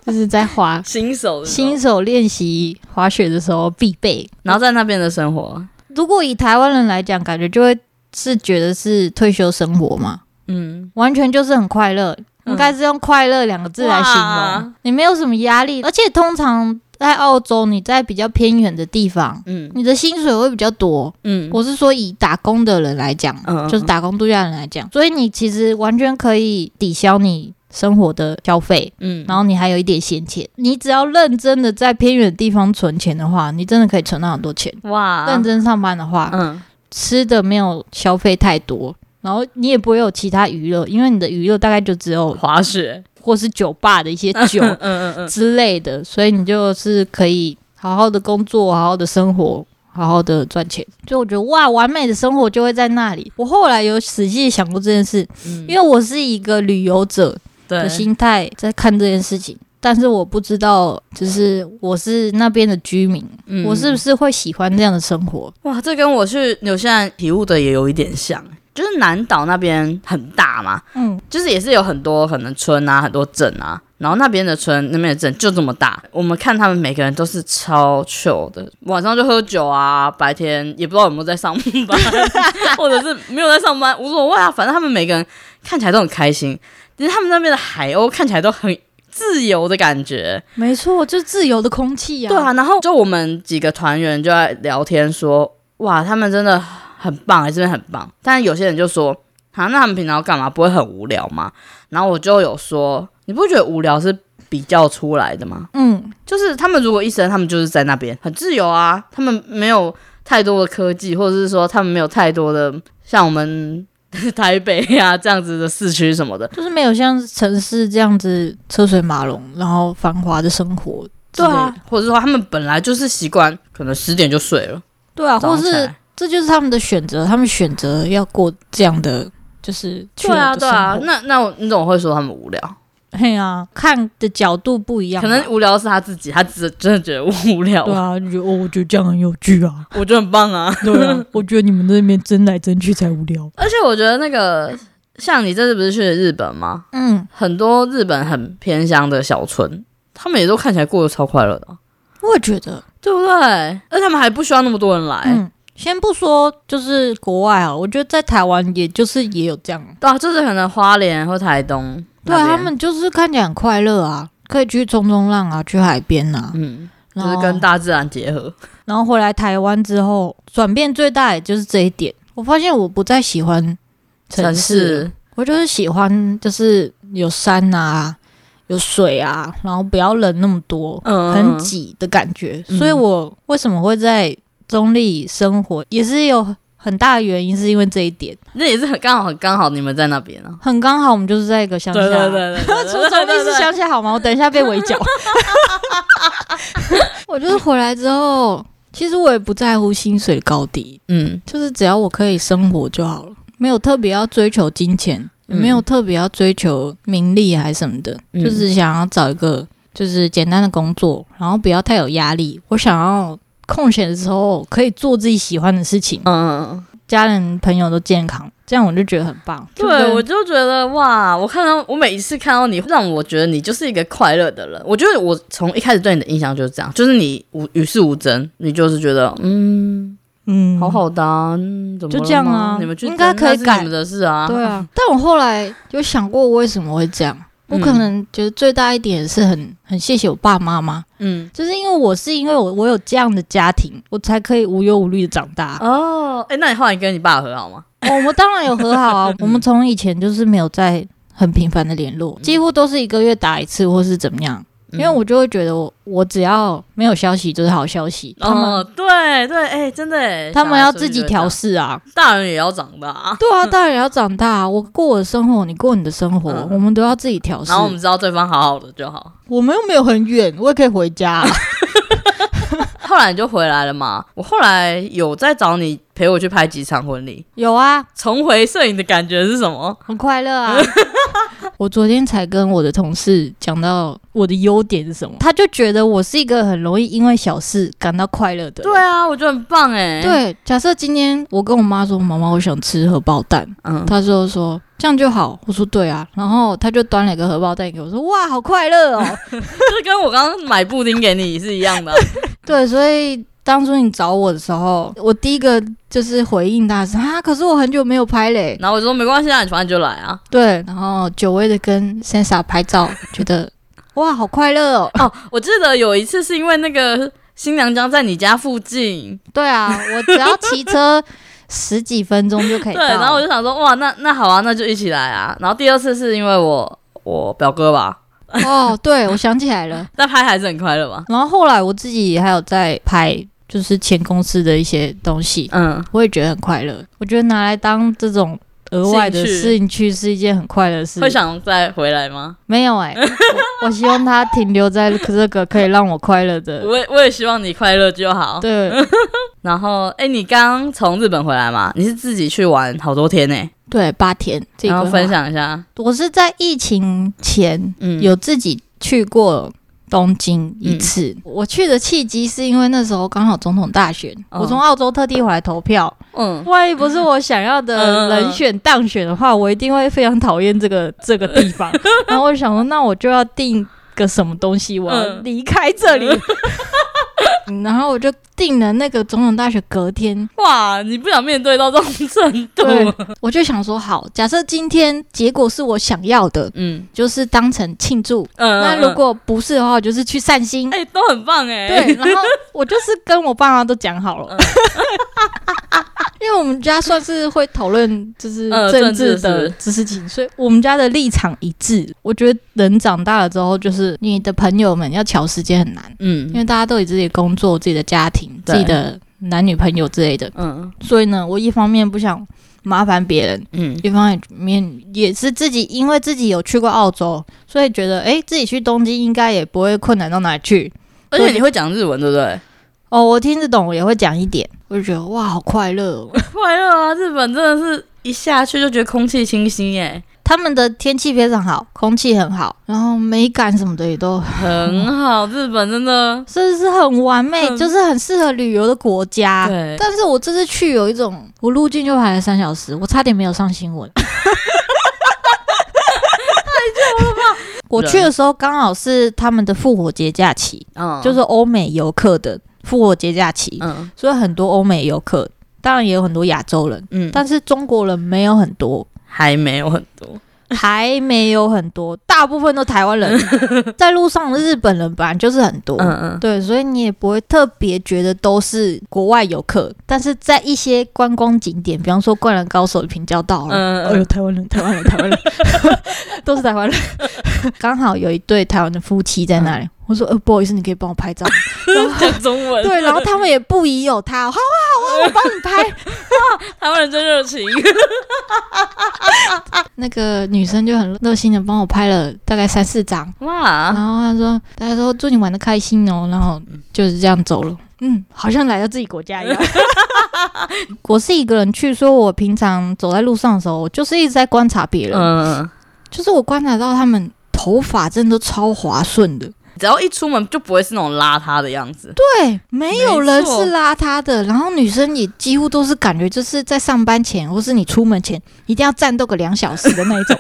A: 就是在滑
B: 新手的
A: 新，手练习滑雪的时候必备。
B: 然后在那边的生活，
A: 如果以台湾人来讲，感觉就会是觉得是退休生活嘛，
B: 嗯，
A: 完全就是很快乐，
B: 嗯
A: 应该是用快乐两个字来形容
B: 哇。
A: 你没有什么压力，而且通常在澳洲，你在比较偏远的地方，
B: 嗯
A: 你的薪水会比较多。
B: 嗯，
A: 我是说以打工的人来讲，
B: 嗯
A: 就是打工度假人来讲，所以你其实完全可以抵消你生活的消费。
B: 嗯，
A: 然后你还有一点闲钱，你只要认真的在偏远的地方存钱的话，你真的可以存到很多钱。
B: 哇，
A: 认真啊上班的话，
B: 嗯，
A: 吃的没有消费太多，然后你也不会有其他娱乐，因为你的娱乐大概就只有
B: 滑雪，
A: 或是酒吧的一些 酒
B: 嗯嗯嗯，
A: 之类的，所以你就是可以好好的工作，好好的生活。好好的赚钱，所以我觉得哇，完美的生活就会在那里。我后来有仔细想过这件事，
B: 嗯
A: 因为我是一个旅游者的
B: 对，
A: 心态在看这件事情，但是我不知道，就是我是那边的居民，
B: 嗯
A: 我是不是会喜欢这样的生活？
B: 哇，这跟我去纽西兰体悟的也有一点像，就是南岛那边很大嘛，
A: 嗯，
B: 就是也是有很多可能村啊，很多镇啊，然后那边的村那边的镇就这么大，我们看他们每个人都是超糗的，晚上就喝酒啊，白天也不知道有没有在上班， 或者是没有在上班，无所谓啊，反正他们每个人看起来都很开心，其实他们那边的海鸥看起来都很自由的感觉，
A: 没错，就自由的空气呀、
B: 对啊，然后就我们几个团员就在聊天说，哇，他们真的很棒，欸这边很棒。但有些人就说，啊，那他们平常要干嘛？不会很无聊吗？然后我就有说，你不觉得无聊是比较出来的吗？
A: 嗯，
B: 就是他们如果一生他们就是在那边很自由啊，他们没有太多的科技，或者是说他们没有太多的像我们 台北啊这样子的市区什么的，
A: 就是没有像城市这样子车水马龙，然后繁华的生活之
B: 对
A: 类的。
B: 啊，或者说他们本来就是习惯可能十点就睡了，
A: 对啊，
B: 早
A: 或
B: 上起来
A: 是这就是他们的选择，他们选择要过这样的就是自由
B: 对啊，
A: 的
B: 对
A: 生活。
B: 啊，那那我你怎么会说他们无聊？
A: 嘿啊，看的角度不一样啊
B: 可
A: 吧，
B: 能无聊是他自己，他只真的觉得无聊。
A: 对啊，就觉得哦，我觉得这样很有趣 啊。
B: 我觉得很棒啊！
A: 对啊，我觉得你们那边争来争去才无聊。
B: 而且我觉得那个像你这次不是去日本吗？
A: 嗯，
B: 很多日本很偏乡的小村，他们也都看起来过得超快乐的啊，
A: 我也觉得，
B: 对不对？而且他们还不需要那么多人来，
A: 嗯，先不说就是国外啊，我觉得在台湾也就是也有这样。
B: 对啊，就是可能花莲或台东
A: 对
B: 那
A: 啊，
B: 边，
A: 他们就是看起来很快乐啊，可以去冲冲浪啊，去海边啊，
B: 嗯，就
A: 然后
B: 是跟大自然结合。
A: 然后回来台湾之后，转变最大也就是这一点。我发现我不再喜欢城
B: 城
A: 市，
B: 市，
A: 我就是喜欢就是有山啊，有水啊，然后不要人那么多，
B: 嗯，
A: 很挤的感觉。
B: 嗯
A: 所以我为什么会在中立生活，也是有很大的原因，是因为这一点。
B: 那也是很刚好，很刚好你们在那边啊。
A: 很刚好，我们就是在一个乡下。
B: 对
A: 说中立是乡下 好吗？我等一下被围剿。我就是回来之后，其实我也不在乎薪水高低，
B: 嗯
A: 就是只要我可以生活就好了，没有特别要追求金钱，也
B: 嗯
A: 没有特别要追求名利还是什么的，
B: 嗯
A: 就是想要找一个就是简单的工作，然后不要太有压力。我想要空闲的时候可以做自己喜欢的事情，
B: 嗯嗯嗯。
A: 家人朋友都健康，这样我就觉得很棒。
B: 对，
A: 不
B: 我就觉得哇，我看到我每一次看到你，让我觉得你就是一个快乐的人。我觉得我从一开始对你的印象就是这样，就是你无与世无争，你就是觉得嗯，
A: 嗯，
B: 好好的、啊，嗯怎么
A: 就
B: 了
A: 这样
B: 吗
A: 啊
B: 你们去
A: 应该
B: 争
A: 可以
B: 那是
A: 改
B: 你们的事啊，
A: 对啊，但我后来有想过为什么会这样。我可
B: 嗯
A: 能觉得最大一点是很很谢谢我爸妈妈，
B: 嗯，
A: 就是因为我是因为我我有这样的家庭，我才可以无忧无虑的长大。哦
B: 哦，哎、那你后来跟你爸和好吗？
A: 我们当然有和好
B: 嗯
A: 啊，我们从以前就是没有在很频繁的联
B: 嗯
A: 络，几乎都是一个月打一次或是怎么样。因为我就会觉得我我只要没有消息就是好消息，他们、
B: 哦，对对，哎、真的哎，
A: 他们要
B: 小孩子
A: 自己
B: 就会这样
A: 调，试啊。
B: 大人也要长大啊。
A: 对啊，当然也要长大、啊，我过我的生活，你过你的生活，
B: 嗯
A: 我们都要自己调试。
B: 然后我们知道对方好好的就好。
A: 我们又没有很远，我也可以回家、
B: 后来你就回来了嘛？我后来有在找你陪我去拍几场婚礼，
A: 有啊，
B: 重回摄影的感觉是什么？
A: 很快乐啊。 我昨天才跟我的同事讲到我的优点是什么，他就觉得我是一个很容易因为小事感到快乐的人。
B: 对啊，我觉得很棒哎。，
A: 对，假设今天我跟我妈说：“妈妈，我想吃荷包蛋。”
B: 嗯，
A: 她就说：“这样就好。”我说：“对啊。”然后她就端了一个荷包蛋给我，说：“哇，好快乐 哦。
B: 这跟我刚刚买布丁给你是一 样的。”啊
A: 对，所以当初你找我的时候，我第一个就是回应她是：“啊，可是我很久没有拍嘞。”
B: 然后我就说没关系啊，你反正就来啊。
A: 对，然后久违的跟 Sansa 拍照，觉得 哇，好快乐哦！
B: 哦，我记得有一次是因为那个新娘江在你家附近，
A: 对啊，我只要骑车十几分钟就可以
B: 对，
A: 到。
B: 然后我就想说哇，那那好啊，那就一起来啊。然后第二次是因为我我表哥吧，
A: 哦，对，我想起来了。
B: 但拍还是很快乐吧。
A: 然后后来我自己还有在拍，就是前公司的一些东西，
B: 嗯，
A: 我也觉得很快乐。我觉得拿来当这种额外的
B: 兴趣
A: 兴趣是一件很快乐的事。
B: 会想再回来吗？
A: 没有哎、我我希望它停留在这个可以让我快乐的。
B: 我也我也希望你快乐就好。
A: 对，
B: 然后，哎，你刚从日本回来嘛？你是自己去玩好多天呢、欸
A: 对，八天这
B: 然后
A: 个
B: 分
A: 话
B: 享一下。
A: 我是在疫情前
B: 嗯，
A: 有自己去过东京一次。
B: 嗯
A: 我去的契机是因为那时候刚好总统大选，
B: 哦
A: 我从澳洲特地回来投票。
B: 嗯，
A: 万一不是我想要的
B: 嗯
A: 人选当选的话，我一定会非常讨厌这个 这个地 方。然后我想说，那我就要定个什么东西，我要
B: 嗯
A: 离开这里。嗯 然后我就定了那个总统大选隔天，
B: 哇，你不想面对到这种程度？
A: 对我就想说，好，假设今天结果是我想要的，
B: 嗯
A: 就是当成庆祝。
B: 嗯，
A: 那
B: 嗯
A: 如果不是的话，我就是去散心。
B: 哎、都很棒哎、
A: 对，然后我就是跟我爸妈都讲好了， 因为我们家算是会讨论就是
B: 嗯呃
A: 政
B: 政
A: 治
B: 治
A: 的
B: 是
A: 知识情，所以我们家的立场一致。我觉得人长大了之后，就是你的朋友们要调时间很难，因
B: 嗯
A: 为大家都有自己的工作、自己的家庭、自
B: 对
A: 己的男女朋友之类的，
B: 嗯
A: 所以呢，我一方面不想麻烦别人。
B: 嗯，
A: 一方面也是自己，因为自己有去过澳洲，所以觉得诶自己去东京应该也不会困难到哪里去。
B: 而且你会讲日文对不对？
A: 哦，我听得懂，我也会讲一点，我就觉得哇，好快乐、 哦。
B: 快乐啊，日本真的是一下去就觉得空气清新哎、
A: 他们的天气非常好，空气很好，然后美感什么的也都
B: 很好，日本真的
A: 是是很完美，
B: 嗯
A: 就是很适合旅游的国家。
B: 对。
A: 但是我这次去有一种，我入境就排了三小时，我差点没有上新 闻。太久了吧！ 我去的时候刚好是他们的复活节假期，
B: 嗯，
A: 就是欧美游客的复活节假期，
B: 嗯
A: 所以很多欧美游客，当然也有很多亚洲人，
B: 嗯，但
A: 但是中国人没有很 多，
B: 还没有很多。
A: 还没有很多，大部分都台湾人， 在路上的日本人本来就是很多。
B: 嗯嗯，
A: 对，所以你也不会特别觉得都是国外游客，但是在一些观光景点，比方说《灌篮高手》的平交道，
B: 嗯嗯
A: 哎呦，台湾人，台湾人，台 湾人，都是台湾人。刚好有一对台湾的夫妻在
B: 嗯
A: 那里，我说：“呃，不好意思，你可以帮我拍 照吗。
B: 讲中文，
A: 对，然后他们也不疑有他，好啊好啊，我帮你拍。
B: 台湾人真热情。
A: 那个女生就很热心的帮我拍了大概三四张，
B: 哇，
A: 然后他说，他说祝你玩的开心哦，然后就是这样走了。嗯，好像来到自己国家一样。 我是一个人去，所以我平常走在路上的时候，我就是一直在观察别人，
B: 嗯，
A: 就是我观察到他们头发真的都超滑顺的，
B: 只要一出门就不会是那种邋遢的样子。
A: 对，没有人
B: 没错
A: 是邋遢的。然后女生也几乎都是感觉就是在上班前或是你出门前一定要战斗个两小时的那一 种，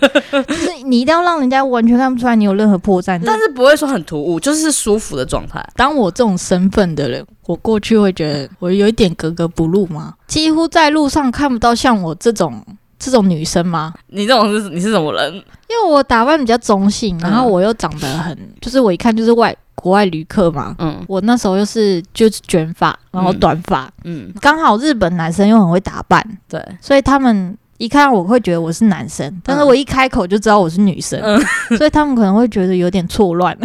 A: 就是你一定要让人家完全看不出来你有任何破绽。
B: 但是不会说很突兀，就是舒服的状态。
A: 当我这种身份的人，我过去会觉得我有一点格格不入吗？几乎在路上看不到像我这种这种女生吗？
B: 你这种是你是什么人？
A: 因为我打扮比较中性，然后我又长得很，就是我一看就是外国外旅客嘛。
B: 嗯
A: 我那时候又是就是卷发，然后短发，
B: 嗯，
A: 刚、好日本男生又很会打扮，
B: 对，
A: 所以他们一看我会觉得我是男生，但是我一开口就知道我是女生， 所以他们可能会觉得有点错乱。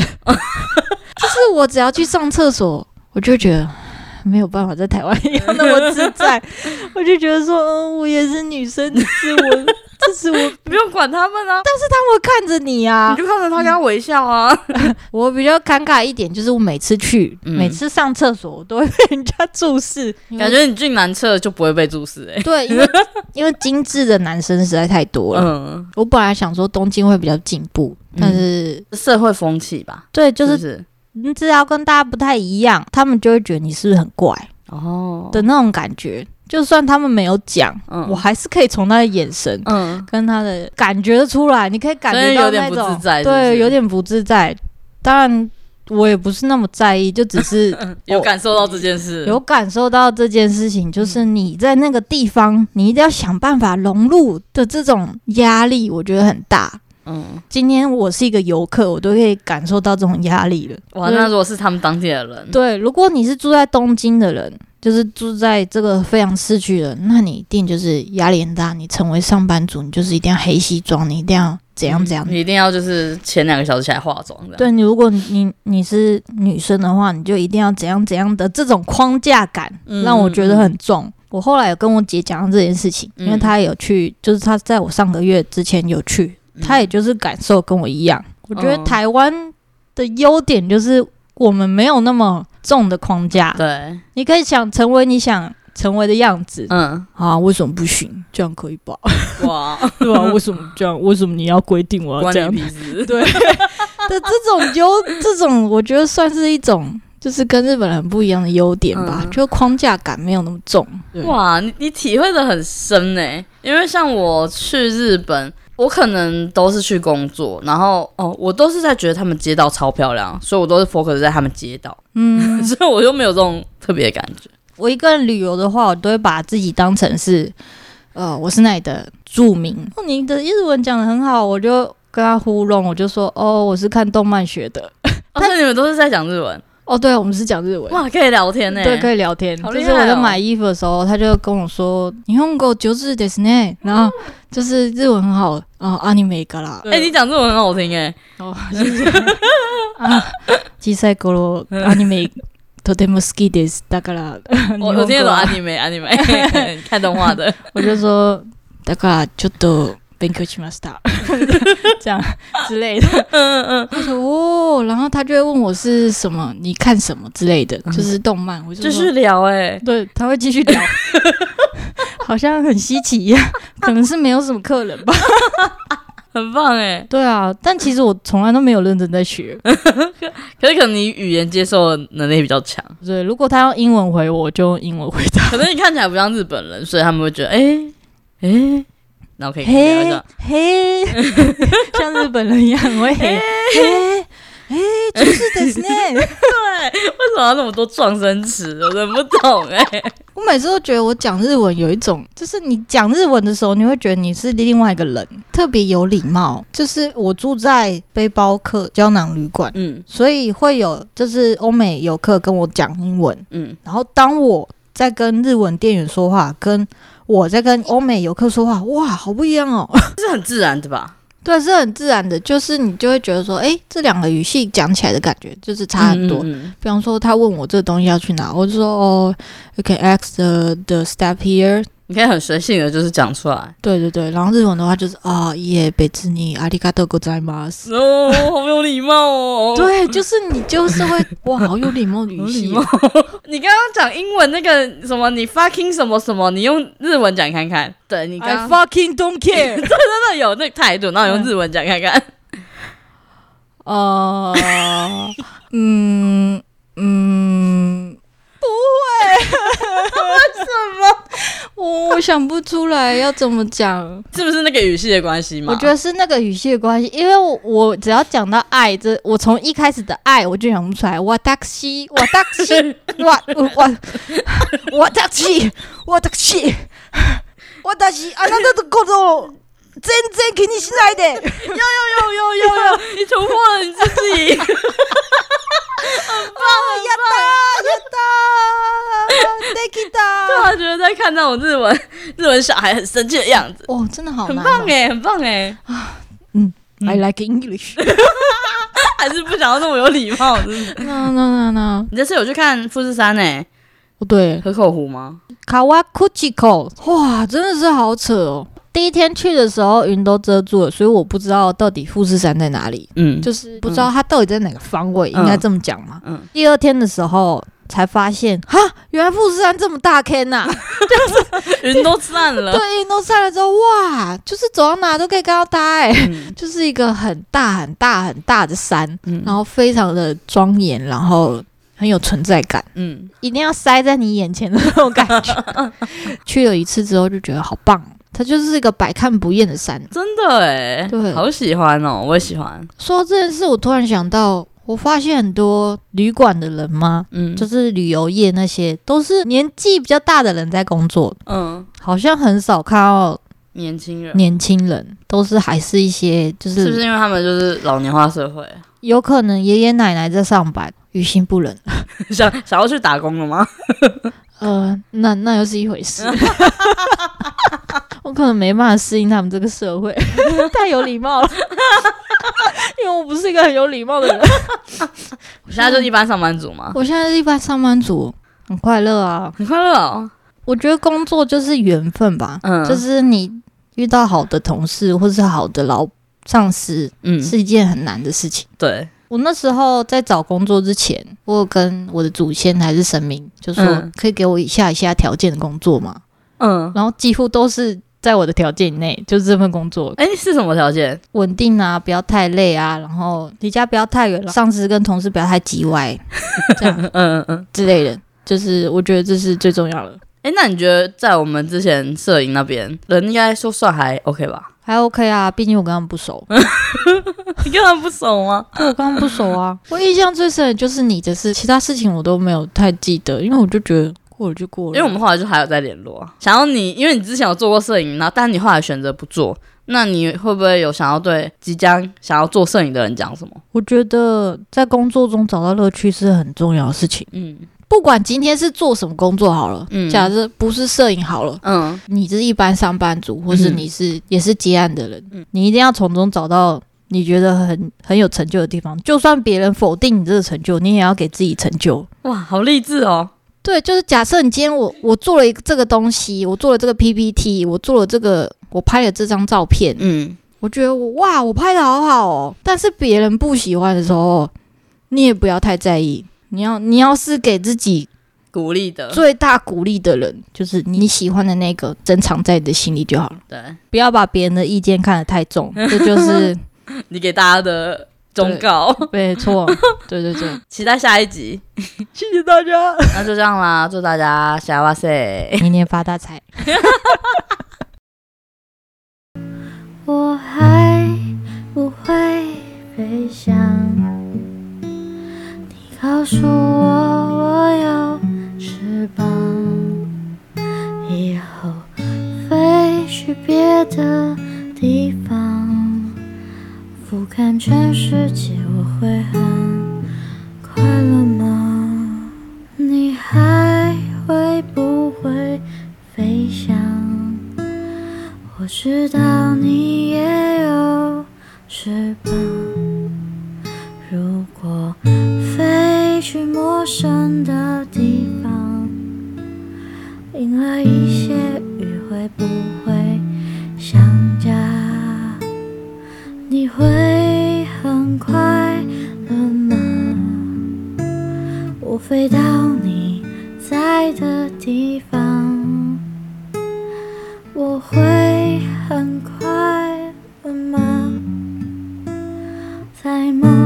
A: 就是我只要去上厕所，我就觉得。没有办法在台湾一样那么自在，我就觉得 说，嗯，我也是女生，只 是我，只是我，但
B: 不用管他们啊，
A: 我看着你啊
B: 你，就看着他跟他微笑啊。
A: 我比较尴尬一点，就是我每次去，
B: 嗯
A: 每次上厕所，我都会被人家注视，
B: 感觉你俊男侧就不会被注视哎、
A: 对，因为因为精致的男生实在太多了。
B: 嗯，
A: 我本来想说东京会比较进步，但是、
B: 社会风气吧，
A: 对，就是
B: 不
A: 是
B: 嗯是？
A: 你只要跟大家不太一样，他们就会觉得你是不是很怪
B: 哦，
A: 的那种感觉。就算他们没有讲，
B: 嗯
A: 我还是可以从他的眼神。
B: 嗯，
A: 跟他的感觉出来，你可以感觉
B: 所以
A: 到
B: 有点
A: 那
B: 不
A: 种
B: 自在是不是
A: 对，有点不自在。当然，我也不是那么在意，就只 是
B: 有感受到这件事，
A: 有感受到这件事情，就是
B: 嗯
A: 你在那个地方，你一定要想办法融入的这种压力，我觉得很大。
B: 嗯，
A: 今天我是一个游客，我都可以感受到这种压力了。
B: 哇，那如果是他们当地的人，
A: 对，如果你是住在东京的人，就是住在这个非常市区的人，那你一定就是压力很大。你成为上班族，你就是一定要黑西装，你一定要怎样怎样。
B: 你一定要就是前两个小时起来化妆的，，
A: 对你，如果你你你是女生的话，你就一定要怎样怎样的这种框架感，
B: 嗯
A: 让我觉得很重。我后来有跟我姐讲到这件事情，因为
B: 嗯
A: 她有去，就是她在我上个月之前有去，她
B: 嗯
A: 也就是感受跟我一样。我觉得
B: 哦
A: 台湾的优点就是我们没有那么重的框架，
B: 对，
A: 你可以想成为你想成为的样子、
B: 嗯，
A: 啊，为什么不行？这样可以吧？
B: 哇，
A: 对啊吧、为什么这样？为什么你要规定我
B: 关你屁事，
A: 对的 这种优，这种我觉得算是一种，就是跟日本人不一样的优点吧，
B: 嗯
A: 就框架感没有那么重。对
B: 哇，你你体会的很深呢、因为像我去日本，我可能都是去工作，然后哦，我都是在觉得他们街道超漂亮，所以我都是 focus 在他们街 道，
A: 嗯，
B: 所以我就没有这种特别的感觉。
A: 我一个人旅游的话，我都会把自己当成是，呃，我是那里的著名。哦，你的日文讲的很好，我就跟他糊弄，我就说哦，我是看动漫学的。
B: 哦，所以你们都是在讲日文，
A: 哦，对，我们是讲日文。
B: 哇，可以聊天欸呢、
A: 对，可以聊天。
B: 好
A: 就
B: 厉
A: 是
B: 害哦
A: 我在买衣服的时候，他就跟我说“你用过九日的 s
B: 嗯
A: n 然后就是日文很好啊，阿尼美嘎啦，
B: 哎、你讲日文很好听 哎、
A: 哦，谢谢。啊，小さい頃
B: 嗯
A: アニメとても好きです。だから、
B: 我我听得懂
A: 日本語は
B: アニメ，アニメ 看动画的，
A: 我就说だからちょっと勉強しました， 这样之类的。他说哦，然后他就会问我是什么，你看什么之类的，就是动漫。我就
B: 就
A: 说
B: 是聊哎、
A: 对，他会继续聊，好像很稀奇一样，可能是没有什么客人吧。
B: 很棒哎、
A: 对啊，但其实我从来都没有认真在学。
B: 可是可能你语言接受的能力比较强，
A: 对，如果他用英文回我，我就用英文回答。
B: 可能你看起来不像日本人，所以他们会觉得哎哎、哎然后可以跟你聊一
A: 嘿
B: 下。
A: 嘿，像日本人一样，我会嘿嘿嘿，就是的是呢。
B: 为什么要那么多撞声词？我真的不懂哎、
A: 我每次都觉得我讲日文有一种，就是你讲日文的时候，你会觉得你是另外一个人，特别有礼貌。就是我住在背包客胶囊旅馆，
B: 嗯
A: 所以会有就是欧美游客跟我讲英文，
B: 嗯，
A: 然后当我在跟日文店员说话，跟我在跟欧美游客说话，哇，好不一样哦。
B: 这是很自然的吧？
A: 对，是很自然的，就是你就会觉得说，哎，这两个语系讲起来的感觉就是差很多。
B: 嗯
A: 比方说，他问我这个东西要去哪，我就说，哦，you can ask the the step here。
B: 你可以很随性的，就是讲出来。
A: 对对对，然后日文的话就是啊，耶，北之尼，阿里嘎多ございます。
B: 哦，好没有礼貌哦 对，
A: 对，就是你就是会哇，好有礼貌的语
B: 礼
A: 系
B: 貌
A: 哦。
B: 你刚刚讲英文那个什么，你 fucking 什么什么，你用日文讲看看。对你
A: I
B: 刚刚
A: fucking don't care
B: 真的有那个态度，然后你用日文讲看看。
A: 呃，嗯嗯， 不会，为什么？我想不出来要怎么 讲。
B: 是不是那个语系的关系嘛？
A: 我觉 得是那个语系的关系，因为我我只要讲到爱，这我从一开始的爱我就想不出来。我タクシー，我タクシ
B: 哎
A: ー，我我我タクシー，我タクシー，私あなたのことを全然気にしないで。
B: 有有有有， 你突破了你自 己。突
A: やったーやったーできたー
B: 然觉得在看到我日文日文小孩很生气的样子，
A: 哦，真的好
B: 很
A: 难、
B: 棒哎，很棒哎，
A: I like English.
B: 还是不想要那么有礼貌。是不是
A: no no no no，
B: 你这次有去看富士山哎，
A: 不对
B: 河口湖吗？
A: ，Kawakuchiko，哇，真的是好扯哦。第一天去的时候，云都遮住了，所以我不知道到底富士山在哪里，
B: 嗯，
A: 就是不知道它到底在哪个方位，
B: 嗯
A: 应该这么讲嘛。
B: 嗯
A: 第二天的时候才发现，哈，原来富士山这么大坑呐、
B: 嗯云都散了。
A: 对，运动散了之后，哇，就是走到哪都可以看到它、哎、 就是一个很大很大很大的山，
B: 嗯
A: 然后非常的庄严，然后很有存在感，
B: 嗯，
A: 一定要塞在你眼前的那种感觉。 去了一次之后就觉得好棒，哦它就是一个百看不厌的山。
B: 真的哎，
A: 对
B: 好喜欢哦，我也喜欢。
A: 说到这件事，我突然想到，我发现很多旅馆的人吗？
B: 嗯，
A: 就是旅游业那些，都是年纪比较大的人在工作，
B: 嗯，
A: 好像很少看到
B: 年轻人
A: 年轻人，都是还是一些啊就是
B: 不是因为他们就是老年化社会，
A: 有可能爷爷奶奶在上班，于心不 忍。
B: 想想要去打工了吗？
A: 呃，那那又是一回 事。我可能没办法适应他们这个社 会，太有礼 貌了，因为我不是一个很有礼貌的人。
B: 我现在就是一般上班族嘛，
A: 我现在是一般上班族，很快乐啊。
B: 很快乐哦。
A: 我觉得工作就是缘分吧，
B: 嗯
A: 就是你遇到好的同事或是好的老上司，
B: 嗯，
A: 是一件很难的事情。
B: 对，
A: 我那时候在找工作之前，我有跟我的祖先还是神明，就说、
B: 嗯
A: 可以给我以下以下条件的工作嘛，
B: 嗯，
A: 然后几乎都是在我的条件以内，就是这份工作
B: 哎，是什么条件？
A: 稳定啊，不要太累啊，然后离家不要太远，上司跟同事不要太叽歪这样
B: 嗯嗯嗯。
A: 之类的，就是我觉得这是最重要的，
B: 哎，那你觉得在我们之前摄影那边，人应该说算还 OK 吧？
A: 还 OK 啊，毕竟我跟他们不熟，
B: 你跟他们不熟吗？
A: 对我跟他们不熟 啊。我印象最深的就是你的事，其他事情我都没有太记得，因为我就觉得过了就过了，
B: 因为我们后来就还有在联络。啊想要你，因为你之前有做过摄影，然后但你后来选择不做，那你会不会有想要对即将想要做摄影的人讲什么？
A: 我觉得在工作中找到乐趣是很重要的事情。
B: 嗯
A: 不管今天是做什么工作好了，
B: 嗯
A: 假设不是摄影好了，
B: 嗯，
A: 你是一般上班族，或是
B: 嗯
A: 你是、也是接案的人，你一定要从中找到你觉得很很有成就的地方。就算别人否定你这个成就，你也要给自己成就。
B: 哇，好励志哦！
A: 对，就是假设你今天我我做了一个这个东西，我做了这个 PPT，我做了这个，我拍了这张照片，
B: 嗯，
A: 我觉得我哇，我拍的好好哦。但是别人不喜欢的时候，你也不要太在意。你要你要是给自己
B: 鼓励的，
A: 最大鼓励的人，就是你喜欢的那个，珍藏在你的心里就好了。
B: 对
A: 不要把别人的意见看得太重，这就是
B: 你给大家的忠告，
A: 没错。对对对，
B: 期待下一 集。
A: 谢谢大家，
B: 那就这样啦，祝大家下哇塞！
A: 年年发大财。
D: 我还不会飞翔，你告诉我我有翅膀，以后飞去别的地方，俯瞰全世界，我会很快乐吗？你还会不会飞翔？我知道你也有翅膀。如果飞去陌生的地方，淋了一些雨，会不会想家？你会很快乐吗？我飞到你在的地方。我会很快乐吗？在梦